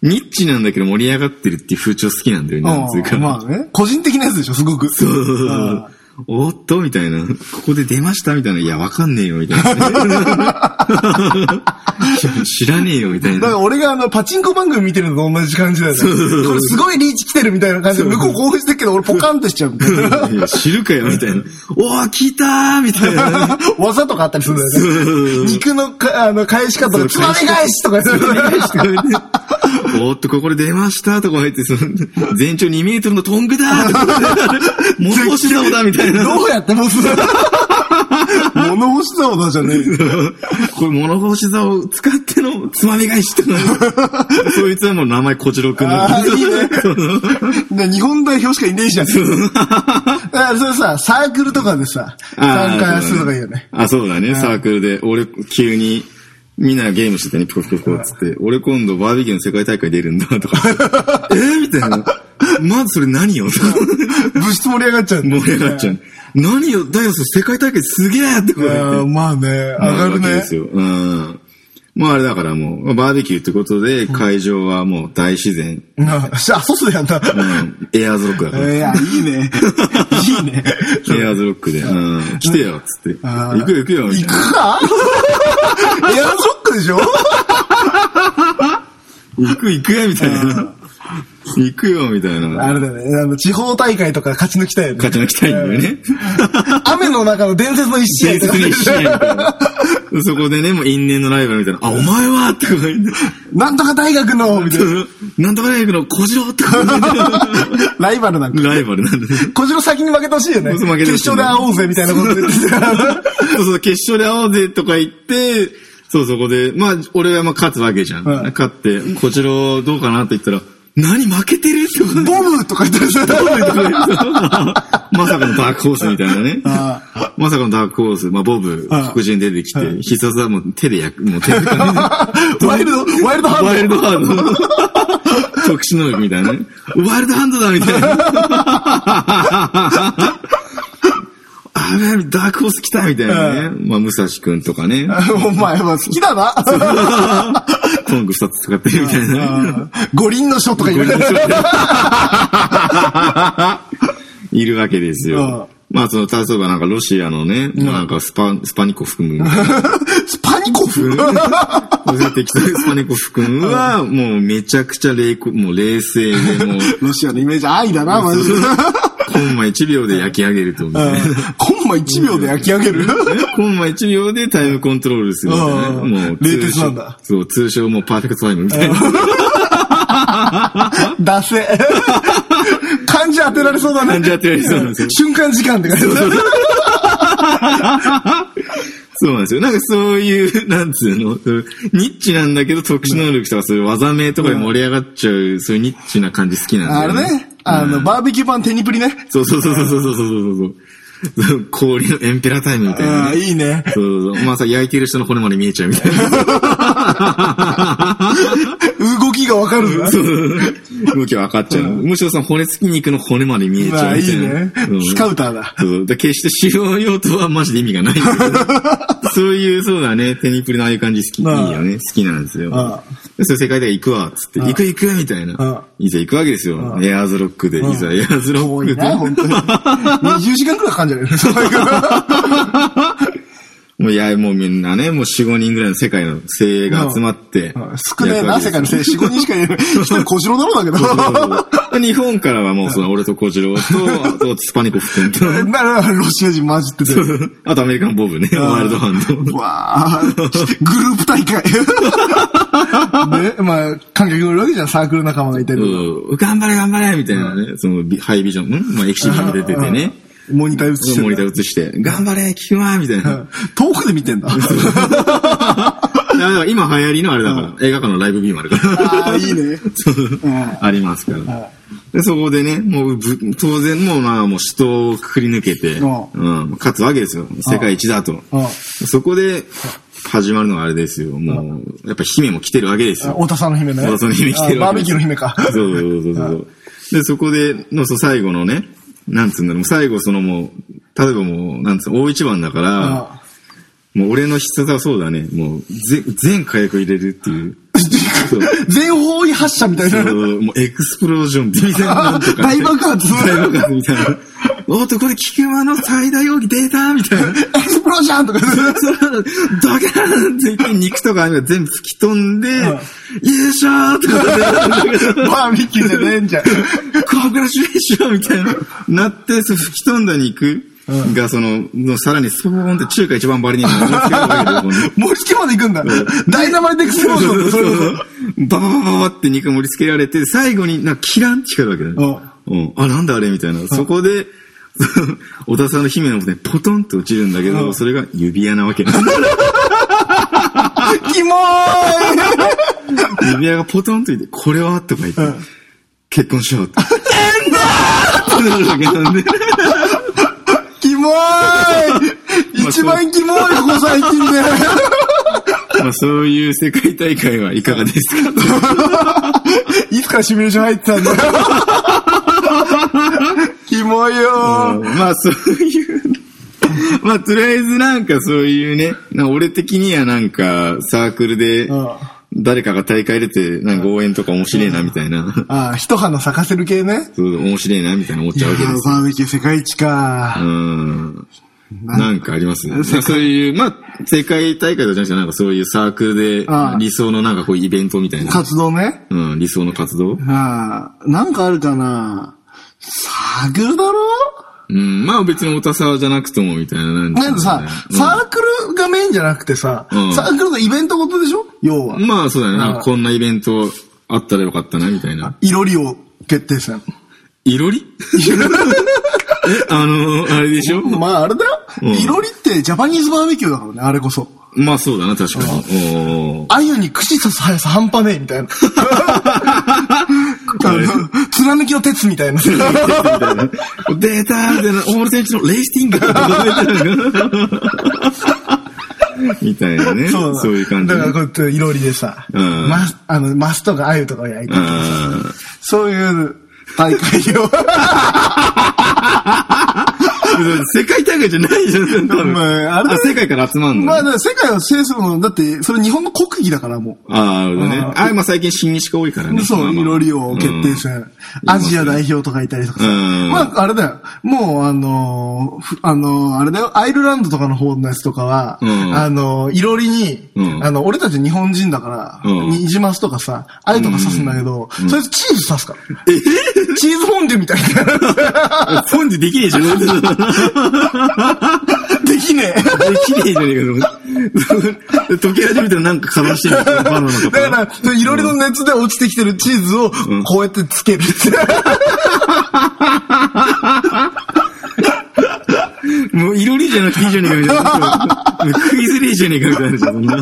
S1: ニッチなんだけど盛り上がってるっていう風潮好きなんだよね、なんつう
S2: う
S1: か。
S2: ん。まあね。個人的なやつでしょ、すごく。
S1: そうそうそう
S2: ああ
S1: おっとみたいな。ここで出ましたみたいな。いや、わかんねえよ、みたい な。いや知らねえよ、みたい
S2: だか
S1: な。
S2: ら俺があの、パチンコ番組見てるのと同じ感じだよね。これすごいリーチ来てるみたいな感じで、向こう興奮してるけど俺ポカンとしちゃう みたいな。
S1: いや 知るかよ、みたいな。おー、聞いたーみたいな。
S2: 技とかあったりするんだよね。肉のかあの返し方がつまみ返しとかする。
S1: おーっと、ここで出ましたとか入って、その、全長2メートルのトングだーと物干し竿だみたいな。
S2: どうやってもする物干し竿だじゃねえよ。
S1: これ物干し竿を使ってのつまみ返しとか。 そいつはもう名前小次郎くんだ
S2: ああ、いい ね。ね日本代表しかいねえじゃん。だからそれさ、サークルとかでさ、参加するのがいいよね。
S1: あ、そうだね。サークルで、俺、急に、みんなゲームしてたね、ピコピコピコっつって、俺今度バーベキューの世界大会出るんだ、とか。えーみたいな。まずそれ何よ、とか。
S2: 物質盛り上がっちゃうんだ
S1: 盛
S2: よね
S1: り上がっちゃう。何よ、ダイオス世界大会すげえってこ
S2: いやー
S1: と
S2: まあね、上がるね
S1: で。すよ。うん。まああれだからもう、バーベキューってことで、会場はもう大自然。
S2: あ、あそうするやんな。
S1: うん。エアーズロックだから。
S2: いや、 いいね。いいね。
S1: エアーズロックで。うん。来てよ、つって。
S2: あー
S1: 行くよ、行くよ、みたい
S2: 行
S1: な。
S2: くかエアロックでしょ
S1: 行く行くよみたいな。行くよみたいな。
S2: あれだよね。あの、地方大会とか勝ち抜きたいよね
S1: 勝。ち抜きたいんだよね。
S2: 雨の中の伝説の一試合
S1: 伝
S2: とか
S1: 説に一試合みたいな。そこでね、もう因縁のライバルみたいな。あ、お前はってこと言っ
S2: なんとか大学の、みたいな。
S1: て。なんとか大学の小次郎ってこと言っ
S2: ライバルなん
S1: て
S2: か。
S1: ライバルなんで。そう
S2: 小次郎先に負けてほしいよね。
S1: そう負けて
S2: 決勝
S1: ほしい
S2: で会おうぜ、みたいなこと言ってた。
S1: そう、決勝で会おうぜとか言って、そう、そこで、まあ、俺はまあ勝つわけじゃん。
S2: うん
S1: 勝って、小次郎どうかなって言ったら、何負けてるってこと
S2: ボブとか言ってた。
S1: まさかのダークホースみたいなね。
S2: あ
S1: まさかのダークホース、まあ、ボブ、
S2: ああ
S1: 黒人出てきて、必殺はもう手で焼く、もう手で焼く。
S2: ワイルド、 ワイルドハ
S1: ワイル
S2: ンド。
S1: ドハンド。特殊能力みたいなね。ワイルドハンドだみたいな。あれ、ダークホース来たみたいなね。まあ、武蔵くんとかね。
S2: お前は好きだな。
S1: トング二つ使ってるみたいな。
S2: 五輪の書とか言われて
S1: いるわけです
S2: ああ
S1: よ。まあ、その、例えばなんかロシアのね、まあなんかスパ、スパニコフ君。
S2: スパニコフ
S1: 出てきたスパニコフ君は、もうめちゃくちゃ冷酷、もう冷静で、もう、
S2: ロシアのイメージ愛だな、マジで。
S1: コンマ1秒で焼き上げるってことね。
S2: コンマ1秒で焼き上げる
S1: コンマ1秒でタイムコントロールするみたいなね。
S2: うん
S1: もう、
S2: 冷徹
S1: 通称
S2: なんだ
S1: そう、通称もうパーフェクトタイムみたいな。
S2: 出せ。漢字当てられそうだ
S1: 感
S2: ね。
S1: じやってるそうなんですよ。
S2: 瞬間時間って感じ。
S1: そうなんですよ。なんかそういう、なんつうの、そういうニッチなんだけど特殊能力とかそういう技名とかで盛り上がっちゃう、そういうニッチな感じ好きな
S2: あ
S1: ん
S2: れ
S1: だよね。
S2: ね。あの、バーベキュー版テニプリね。
S1: そうそうそうそうそうそうそうそうそう。氷のエンペラータイムみたいな
S2: あ。
S1: ね
S2: いいね。
S1: そうそう。まあさ、焼いてる人の骨まで見えちゃうみたいな。
S2: 動きがわかるんだ。
S1: 動きは分かっちゃう。むしろその骨付き肉の骨まで見えち
S2: ま
S1: ゃ
S2: あ
S1: う
S2: い
S1: みた
S2: い
S1: いな。
S2: ね
S1: う。ん
S2: スカウターだ。
S1: そうそう。で決して使用用途はマジで意味 がないんだけど。そういう、そうだね。テニプリのああいう感じ好き。いい
S2: まあ
S1: よね。好きなんですよ
S2: ああ。
S1: でそれ世界で行くわ、つって。行く行くみた
S2: あ
S1: い
S2: あ
S1: な。いざ行くわけですよ。エアーズロックで。いざエアーズロ
S2: 多
S1: ッ
S2: い
S1: ク
S2: な、
S1: で。
S2: 本当に。20時間くらいかかんじゃない
S1: もう、いや、もうみんなね、もう4、5人ぐらいの世界の精鋭が集まって。
S2: 少ねえな、世界のせい。4、5人しかいない。一人小次郎だろうだ
S1: 日本からはもうその俺と小次郎と、あとスパニコフ 君と、
S2: けど。 なら、ロシア人混じってて。
S1: あとアメリカのボブね、ワイルドハンド。
S2: わあ、グループ大会。 ね、まあ、観客がいるわけじゃん、サークル仲間がいて
S1: う
S2: る。
S1: ん頑張れ頑張れみたいなね、そのビハイビジョン、んまあエキシビジョン出ててね、
S2: モニター映して
S1: モニ
S2: る。
S1: ター映して、頑張れ聞くわみたい な。
S2: 遠くで見てんだ。
S1: いやだから今流行りのあれだから、映画館のライブビームあるから。
S2: ああ、いいね。
S1: そうありますから。で、そこでね、もうぶ、当然もうまあ、もう死闘をくくり抜けて、
S2: うん
S1: うん、勝つわけですよ。世界一だと。
S2: うん
S1: そこで、始まるのがあれですよ。もう、やっぱ姫も来てるわけですよ。
S2: 太田さんの姫ね。
S1: 太田さんの姫来てる
S2: あ
S1: わ
S2: バーベ
S1: けです
S2: キューの姫か。
S1: そうそうそうそう。で、そこでの、そう最後のね、なんつうんだろう、最後そのもう、例えばもう、なんつうの、大一番だから、
S2: あ
S1: もう俺の必殺はそうだね、もう、ぜ全火薬入れるっていう。そう
S2: 全方位発射みたいな。
S1: そうもうエクスプロージョン、ビビゼンなんとか。
S2: 大爆発
S1: 大爆発みたいな。おっと、これ、菊間の最大容疑出たみたいな。
S2: エクスプロージョンとかね
S1: そらドキャーンって言って肉とか網が全部吹き飛んで、よいしょーってことで、
S2: バーベキューじゃねえんじゃん。
S1: コングラチュレーションみたいな、なって、その吹き飛んだ肉が、その、もうさらにスポーンって中華一番バリに盛り付けたわけでこの
S2: もう引きまで行くんだ。ダイナマイトエクスプロージョンってそれこそ。
S1: バババババって肉盛り付けられて、最後になんかキランって光るわけだよ。うん。あ、なんだあれみたいな。そこで、小田さんの姫のもね、ポトンって落ちるんだけど、それが指輪なわ け。
S2: キモーい
S1: 指輪がポトンといて、これはとか言って、結婚しようって。えんだーってなるわけなんで。
S2: キモーい一番キモい、ここ最近で。
S1: まあそういう世界大会はいかがですか
S2: いつからシミュレーション入ってたんだよ。 キモいよー。
S1: まあそういう。 まあとりあえずなんかそういうね、なんか俺的にはなんかサークルで
S2: うん
S1: 誰かが大会出てなんか応援とか面白いなみたいな、
S2: ああ、一花咲かせる系ね。
S1: そう面白いなみたいな思っ
S2: い
S1: ちゃうわけですよ
S2: バーベキュー世界一
S1: う
S2: か。
S1: ん。なんかありますね。そういう、まあ、世界大会とかじゃなくて、なんかそういうサークルで
S2: ああ
S1: 理想のなんかこうイベントみたいな。
S2: 活動ね。
S1: うん、理想の活動
S2: ああ、なんかあるかな。サークルだろ
S1: うん、まあ別にオタサーじゃなくてもみたいな。なんてい
S2: な
S1: う
S2: か
S1: んのか
S2: さ
S1: な、
S2: サークルがメインじゃなくてさ、
S1: うん
S2: サークルのイベントごとでしょ要は。
S1: まあそうだね。なん
S2: あ
S1: か
S2: あ
S1: こんなイベントあったらよかったな、みたいな。
S2: いろりを決定戦。
S1: いろり え、あのあれでしょ
S2: まああれだよ。
S1: うん
S2: いろりってジャパニーズバーベキューだからね、あれこそ。
S1: まあそうだな、確かに。おー
S2: あゆに串刺す速さ半端ねえ、みたい な。あの 貫きの鉄みたいな。
S1: データみたいな、大森選手のレースティング みたいなね。そういう感じ
S2: だから
S1: ね。
S2: こうやって、いろりでさ、
S1: うん
S2: マス、あの、マスとかアユとかを焼いて、
S1: あ
S2: そういう大会を、
S1: ー世界大会じゃないじゃん、多分。
S2: まああれだね
S1: 世界から集まん の、
S2: まあ、だから世界を制するもの、だって、それ日本の国技だからも
S1: ああ、なるほどね。
S2: あ
S1: ああ、まあ最近新日が多いから
S2: う。
S1: ね。
S2: そう、いろりを決定
S1: する。
S2: 戦、アジア代表とかいたりとかさ。
S1: うん
S2: まあ、あれだよ。もう、あのーふあのーあれだよ。アイルランドとかの方のやつとかは、
S1: うん
S2: あのーいろりに、
S1: うん
S2: あの、俺たち日本人だから、
S1: うん
S2: ニジマスとかさ、アユとか刺すんだけど、そいつチーズ刺すから。チーズフォンデュみたい な。
S1: あポンジできねえじゃねえ
S2: できねえ。
S1: できねえじゃねえかと思って。溶け始めてなんかかわしてる。バナナと
S2: だ
S1: か。
S2: から、そのいろりの熱で落ちてきてるチーズを、こうやってつけるって。
S1: もう、いろりじゃなくていいじゃねえかみたいな。食いづれえじゃねえかみたいなそんな。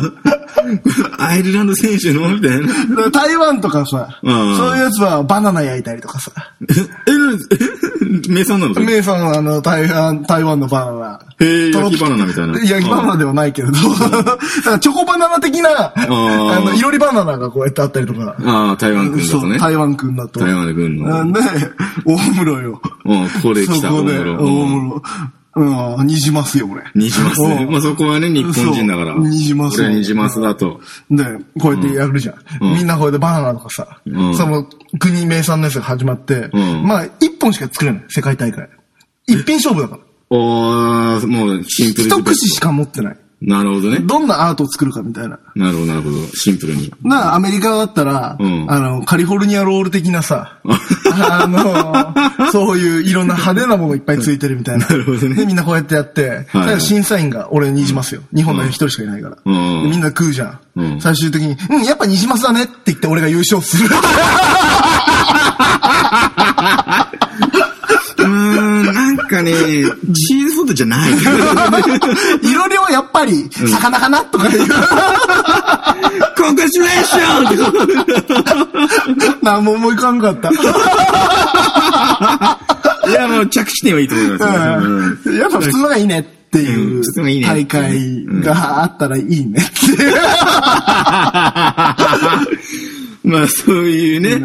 S1: アイルランド選手のみたいな。
S2: 台湾とかさ、
S1: うん
S2: そういうやつはバナナ焼いたりとかさ。
S1: え、名産なのそれ
S2: メイさんはあの、台湾、台湾のバナナ。
S1: へー
S2: トロ
S1: 焼きバナナみたいな
S2: 焼きバナナでは ないけれど。だからチョコバナナ的な、あの、いろりバナナがこうやってあったりとか。
S1: ああ、台湾君だ
S2: そ
S1: と
S2: う、
S1: ね。
S2: 台湾くんだと。
S1: 台湾くんの
S2: なんで、大室よ。
S1: うん、ここで来
S2: そ
S1: た。
S2: こで、
S1: 大
S2: 大
S1: 室うん
S2: 室。うん、にじますよ、俺。
S1: ニジマス
S2: う。ん
S1: まあ、そこはね、日本人だから。
S2: そうニジマス
S1: 俺はニジマスだと。
S2: で、こうやってやるじゃん。
S1: うん
S2: みんなこうやってバナナとかさ、
S1: うん
S2: その国名産のやつが始まって、
S1: うん
S2: まあ、一本しか作れない、世界大会。一品勝負だから。
S1: おー、もう、シンプル
S2: 一串しか持ってない。
S1: なるほどね。
S2: どんなアートを作るかみたいな。
S1: なるほど、なるほど。シンプルに。
S2: なアメリカだったら、
S1: うん
S2: あの、カリフォルニアロール的な さ、あの、そういういろんな派手なものいっぱいついてるみたいな。
S1: なるほどね
S2: で、みんなこうやってやって、
S1: はいはい
S2: 審査員が俺にじますよ。日本の一人しかいないから。
S1: うん
S2: でみんな食うじゃん。
S1: うん
S2: 最終的に、うん、やっぱにじますだねって言って俺が優勝す る。
S1: うーん、なんかね、チーズフォンデュじゃない。
S2: いろりはやっぱり、魚かなとか言 う。
S1: コングラチュレーション
S2: 何も思い浮かんかった。
S1: いや、もう着地点はいいと思いますね。うん
S2: うんやっぱ普通のがいいねっていう
S1: うん普通のがいいね
S2: 大会があったらいいねっていう。
S1: まあ、そういうね、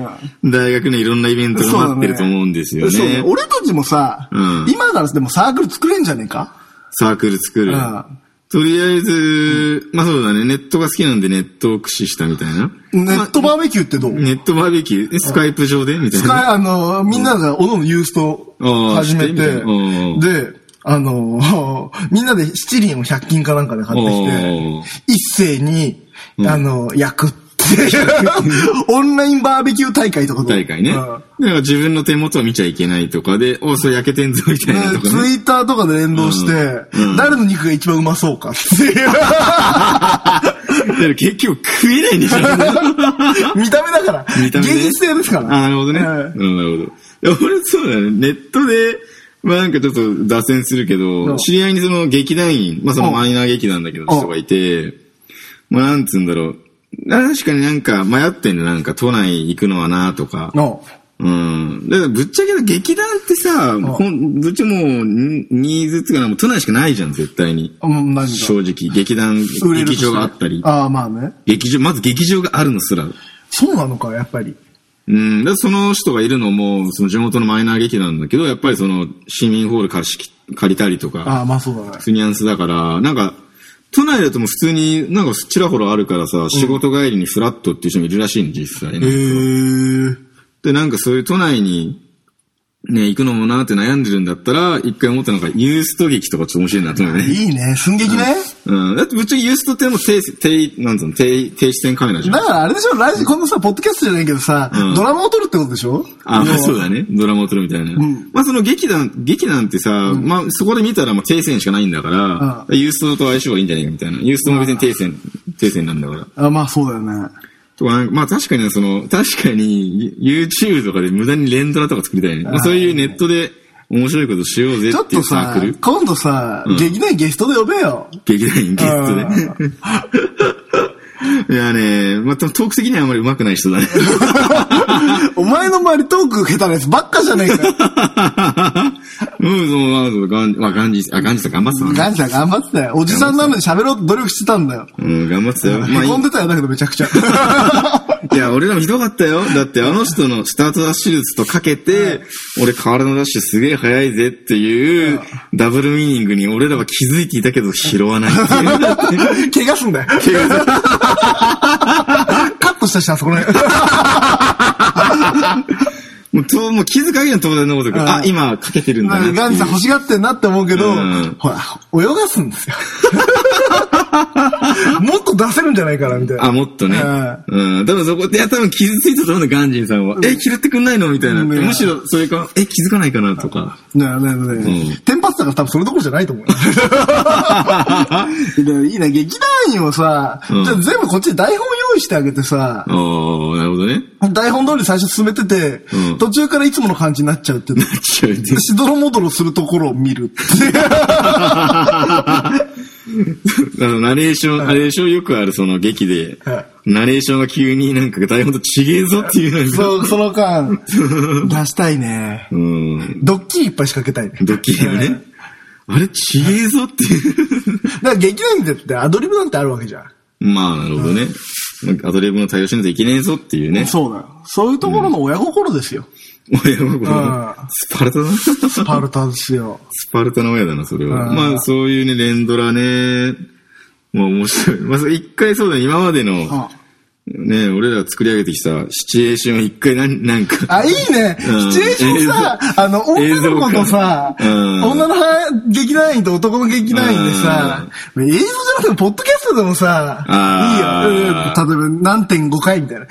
S1: 大学のいろんなイベントが待ってると思うんですよ
S2: そうね
S1: ね。
S2: 俺たちもさ、
S1: うん
S2: 今からでもサークル作れんじゃねえか
S1: サークル作る。
S2: うん
S1: とりあえず、まあそうだね、ネットが好きなんでネットを駆使したみたいな。
S2: ネットバーベキューってどう
S1: ネットバーベキューえスカイプ上でみたい
S2: 使い、
S1: な。
S2: あの、みんながおのおのユーストを始めて、
S1: あー
S2: で、あの、 みんなで七輪を百均かなんかで買ってき
S1: おー
S2: て、一斉に、あの、焼くって いう、オンラインバーベキュー大会とかどう
S1: 大会ね。
S2: う
S1: だ
S2: ん
S1: から自分の手元を見ちゃいけないとかで、おそれ焼けてんぞみたいなと
S2: でツ
S1: かね。
S2: イッターとかで連動して、
S1: うん
S2: 誰の肉が一番うまそうかって いう、
S1: だから結局食えないんでしょ
S2: 見た目だから、
S1: 見た目ね
S2: 芸術性ですから。
S1: あ、なるほどね。
S2: はい
S1: うん、なるほど。俺、そうだね。ネットで、まあなんかちょっと脱線するけ
S2: うん
S1: ど、知り合いにその劇団員、まあそのマイナー劇団だけど人がいて、まあなんつうんだろう。確かになんか迷ってんの、なんか都内行くのはなとか。
S2: の
S1: うん。だからぶっちゃけ劇団ってさ、ほんぶっちゃけもう、にニーズっていうかな、もう都内しかないじゃん、絶対に。
S2: うん、何が
S1: 正直、劇団、
S2: 売れると
S1: 劇
S2: した
S1: 場が
S2: ら
S1: あったり。
S2: ああ、まあね。
S1: 劇場、まず劇場があるのすら。
S2: そうなのか、やっぱり。
S1: うん。で、その人がいるのも、その地元のマイナー劇団だけど、やっぱりその、市民ホール貸し切、借りたりとか、
S2: ああ、まあそうだね。
S1: フニャンスだから、なんか、都内だともう普通に、なんかちらほらあるからさ、仕事帰りにフラットっていう人もいるらしいの、実際ね。
S2: へえ。
S1: で、なんかそういう都内に、ね、行くのもなーって悩んでるんだったら、一回思ったのが、ユースト劇とかちょっと面白いなと思うね。
S2: いいね、寸劇ね。
S1: うん。だってぶっちゃけユーストってもう低、低、なんつうの、低、低視点カメラじゃん。
S2: だからあれでしょ、ラジ、このさ、ポッドキャストじゃないけどさ、
S1: うん
S2: ドラマを撮るってことでしょ
S1: あ、まあ、そう
S2: だ。
S1: だね。ドラマを撮るみたいな。
S2: ん
S1: まあその劇団、劇団ってさ、まあそこで見たらまあ低線しかないんだから、ユーストと相性がいいんじゃないかみたいな。ユーストも別に低線、低線なんだから。
S2: あまあそうだよね。
S1: とかなんかまあ確かにねその、確かに YouTube とかで無駄に連ドラとか作りたいね。まあそういうネットで面白いことしようぜ
S2: ちょ
S1: っ
S2: って
S1: い
S2: と
S1: うサー
S2: さ
S1: クル、。
S2: 今度さ、
S1: ん
S2: 劇団ゲストで呼べよ。
S1: 劇団員ゲスト で。いやね、まあトーク的にはあんまり上手くない人だね。
S2: お前の周りトーク下手なやつばっかじゃねえかよ。
S1: うん、そう、まあそう、ガン、まあガンジさん、あガンジさん頑張ってたな
S2: ガンちゃん頑張ってたよ。おじさんなのに喋ろうと努力してたんだよ。
S1: うん、頑張ってたよ。まあいい
S2: 凹んでたよ、だけどめちゃくちゃ。
S1: いや、俺らもひどかったよ。だってあの人のスタートダッシュ術とかけて、俺体のダッシュすげえ早いぜっていう、ダブルミーニングに俺らは気づいていたけど拾わないっていう。
S2: 怪我すんだよ。カットしたしな、そこら辺。
S1: もう、と、もう気づかげの友達のことが、
S2: うん
S1: あ、今かけてるんだなっていう。
S2: ガンさん欲しがってんなって思うけど、
S1: うん
S2: ほら、泳がすんです よ。もっと出せるんじゃないかな、みたいな。
S1: あ、もっとね。うん。多分そこ、いや、多分傷ついたと思うんだよ、ガンジンさんは。え、拾ってくんないのみたいな。
S2: うん
S1: むしろ、それか、え、気づかないかなとか。
S2: ねえねえねえ。
S1: うん
S2: テンパってたから多分それどころじゃない と思う。でいいな、劇団員をさ、
S1: うん
S2: じゃあ全部こっちで台本用意してあげてさ、
S1: おー、なるほど ね。
S2: 台本通り最初進めてて、
S1: うん
S2: 途中からいつもの感じになっちゃうっていう の。
S1: ちょいね
S2: しどろもどろするところを見るって。
S1: あの、ナレーション、あれでしょよくある、その劇で
S2: は、
S1: ナレーションが急になんか台本とちげえぞっていうのが。
S2: そう、その間、出したいね。
S1: うん。
S2: ドッキリいっぱい仕掛けたいね。
S1: ドッキリをね。あれ、ちげえぞっていう。
S2: だから劇団員だってアドリブなんてあるわけじゃん。
S1: まあ、なるほどね。アドリブの対応しないといけねえぞっていうね。
S2: そうだよ。そういうところの親心ですよ。
S1: 親心
S2: ん
S1: スパルタだな。 ス
S2: スパルタですよ。
S1: パルタの親だな、それは。
S2: うん
S1: まあ、そういうね、連ドラね。まあ、面白い。まあ、それ一回そうだね、今までの、ね、俺ら作り上げてきたシチュエーションを一回なん、なんか。
S2: あ、いいね。
S1: うん
S2: シチュエーションさ、あの、
S1: 映
S2: 女
S1: 像
S2: の子とさ、
S1: うん
S2: 女の劇団員と男の劇団員でさ、映像じゃなくても、ポッドキャストでもさ、
S1: あ
S2: い
S1: ー
S2: いよ。うん例えば何点5回みたいな。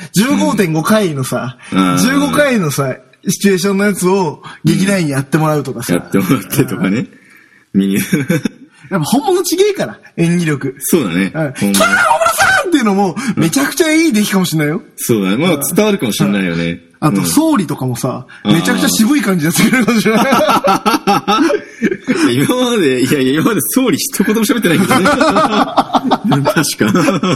S2: 15.5回のさ、
S1: うん
S2: 15回のさ、シチュエーションのやつを劇団員にやってもらうとかさ。
S1: やってもらってとかね。みんな
S2: やっぱ本物ちげえから、演技力。
S1: そうだ
S2: う
S1: ね。
S2: ん。木村
S1: ほんま
S2: 小村さんっていうのも、めちゃくちゃいい出来かもしれないよ。
S1: そうだね。まあ伝わるかもしれないよね。
S2: あと、
S1: うん
S2: 総理とかもさ、
S1: うん
S2: めちゃくちゃ渋い感じで作れるかもしれない。
S1: 今まで、いやいや、今まで総理一言も喋ってないけ どね。確か。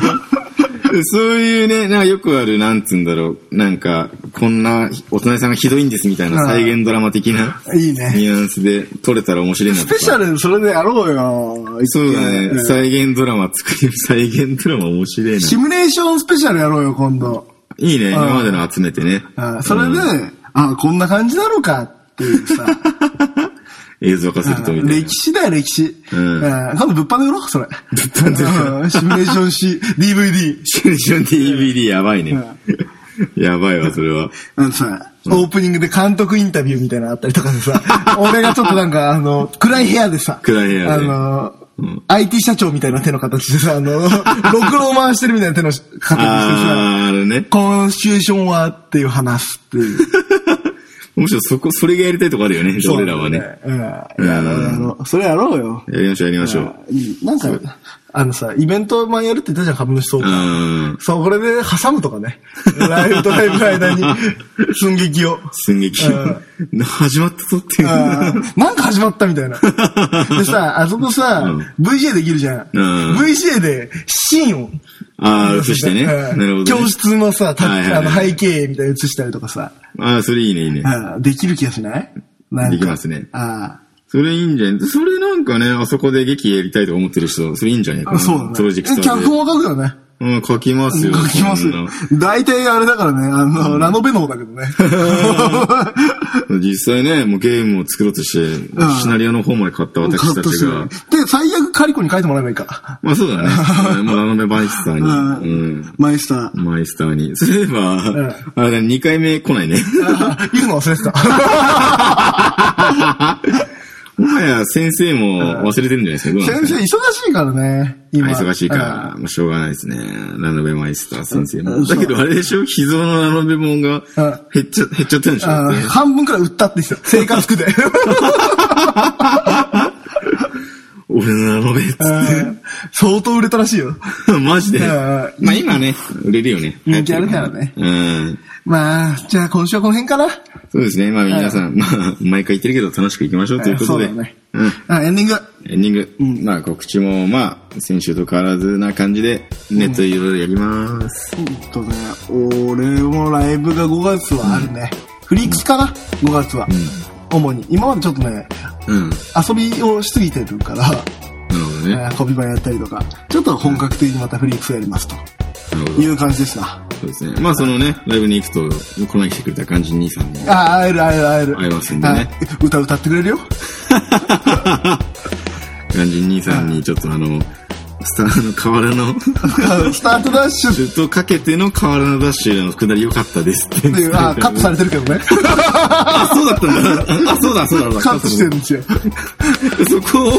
S1: そういうね、なんかよくある、なんつうんだろう、なんか、こんなお隣さんがひどいんですみたいな
S2: うん
S1: 再現ドラマ的ない
S2: いね
S1: ニュアンスで撮れたら面白いな
S2: ス
S1: とか
S2: ペシャルそれでやろうよ。
S1: そうだね。
S2: ん
S1: 再現ドラマ作る、再現ドラマ面白いな
S2: シ。ミュレーションスペシャルやろうよ、今度。
S1: いいね、今までの集めてね。
S2: あそれで、あこんな感じなのかっていうさ。
S1: 映像化するとみたいな
S2: 歴。史だよ、歴史。
S1: うん
S2: 今度物販で売ろう、それ。物販でシミュレーションし、DVD。
S1: シミュレーション DVD やばいね。やばいわ、それは。
S2: あのさ、オープニングで監督インタビューみたいなのあったりとかでさ、俺がちょっとなんか、あの、暗い部屋でさ、
S1: 暗い部屋で
S2: あの、IT 社長みたいな手の形でさ、あの、ろ くろを回してるみたいな手の形してさ、
S1: あー、あれね。
S2: コンスチュエーションはっていう話って いう。
S1: むしろそこ、それがやりたいとこあるよね、俺らはね。
S2: うん。やろうやろう。それやろうよ。
S1: やりましょう、やりましょう。
S2: なんか、あのさ、イベント前やるって言ったじゃん、株主総
S1: う
S2: 会。
S1: ん。
S2: そう、これで挟むとかね。ライブとライブの間 に、寸劇を。
S1: 寸劇。始まったぞっていう。
S2: あーなんか始まったみたいな。で さ、あそこさ、VJ できるじゃん。
S1: うん
S2: VJ でシーンを。
S1: ああ、映してね。な
S2: うん
S1: るほどね。
S2: 教室のさ、た
S1: はいはいは
S2: あ
S1: い
S2: の背景みたいに映したりとかさ、
S1: ああ、それいいね、いいね。
S2: うんできる気がしないなんか
S1: できますね
S2: あ
S1: それいいんじゃねそれなんかね、あそこで劇やりたいと思ってる人、それいいんじゃねえか
S2: あ。
S1: な。
S2: そうだね。
S1: プロジェクトで
S2: 脚本は書くよね。
S1: うん、書きます
S2: 書
S1: よ。
S2: きます
S1: そん
S2: よ
S1: な。
S2: 大体あれだからね、あの、ラノベの方だけどね。
S1: 実際ね、もうゲームを作ろうとして、
S2: ん
S1: シナリオの方まで買った 私たちが。
S2: で、最悪カリコに書いてもらえばいいか。
S1: ま あそうだね。もうラノベバイスターに。うん。
S2: マイスター。
S1: マイスターに。そういえば、
S2: ん
S1: あれ2回目来ない ね。
S2: あ言うの忘れてた。
S1: もはや先生も忘れてるんじゃないですか。どうなん
S2: 先
S1: です
S2: 生忙しい
S1: かね
S2: からね、今。
S1: あ忙しいから、もうしょうがないですね。ラノベマイスター先生も。だけどあれでしょ秘蔵のラノベもんが減っちゃ、減っちゃったんでし
S2: うん。
S1: ょだ
S2: う
S1: っ
S2: ん
S1: て
S2: 半分くらい売ったって言ってた。生活苦で。
S1: 俺のラノベっつって
S2: うん相当売れたらしいよ。
S1: マジで。
S2: うん
S1: まあ今ね、売れるよね。
S2: 人気あるからね
S1: うん。
S2: まあ、じゃあ今週はこの辺かな。
S1: そうですね。まあ皆さん、まあ、毎回言ってるけど楽しく行きましょうということで。
S2: そうだね
S1: うん。
S2: あエンディング。
S1: エンディング。まあ告知も、まあ、先週と変わらずな感じで、ネットでいろいろやります。
S2: うんとね、俺もライブが5月はあるね。フリークスかな ?5 月は。主に。今までちょっとね、
S1: うん。な
S2: 遊びをしすぎてるから、
S1: るほどね。
S2: えーコビバやったりとか、ちょっと本格的にまたフリークスやりますと
S1: なるほ
S2: い
S1: ど。
S2: う感じですな。
S1: そうですね。まあそのね、ライブに行くと、この前来てくれた感じ兄さんも。
S2: ああ、会える会える会える。
S1: 会えますんでね
S2: はい歌歌ってく れるよ。
S1: 感じ兄さんにちょっとあの、スターの河原 の、
S2: スタートダッシュっ
S1: ずっとかけての河原のダッシュの下り良かったですって。
S2: ていう、あーカットされてるけ どね。
S1: あ、そうだったんだ。あ、そうだ、そうだそうだ。
S2: カットしてるんですよ。
S1: そこを、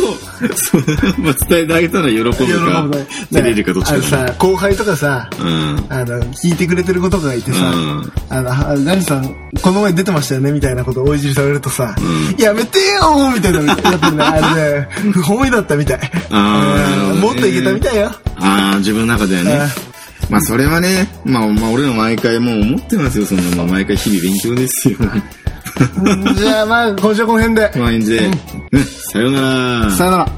S1: そうまあ、伝えてあげたら喜ぶ
S2: 喜
S1: か
S2: ぶね、
S1: 照れるかどっち
S2: あの
S1: かだね。
S2: さ、後輩とかさ、
S1: うん。
S2: あの、聞いてくれてることがいてさ、
S1: うん
S2: あの、あ何さん、この前出てましたよね、みたいなことをおいじりされるとさ、やめてよみたいな、やっぱね、あれ ね、不本意だったみたい。
S1: あー
S2: うんもっといけたみたいよ。
S1: ああ、自分の中ではね。まあ、それはね、まあ、まあ、俺の毎回もう思ってますよ。その、まあ、毎回日々勉強ですよ。
S2: じゃあまあ、今週はこの辺で、
S1: 毎日で。うんさようなら。
S2: さよなら。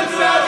S5: ラ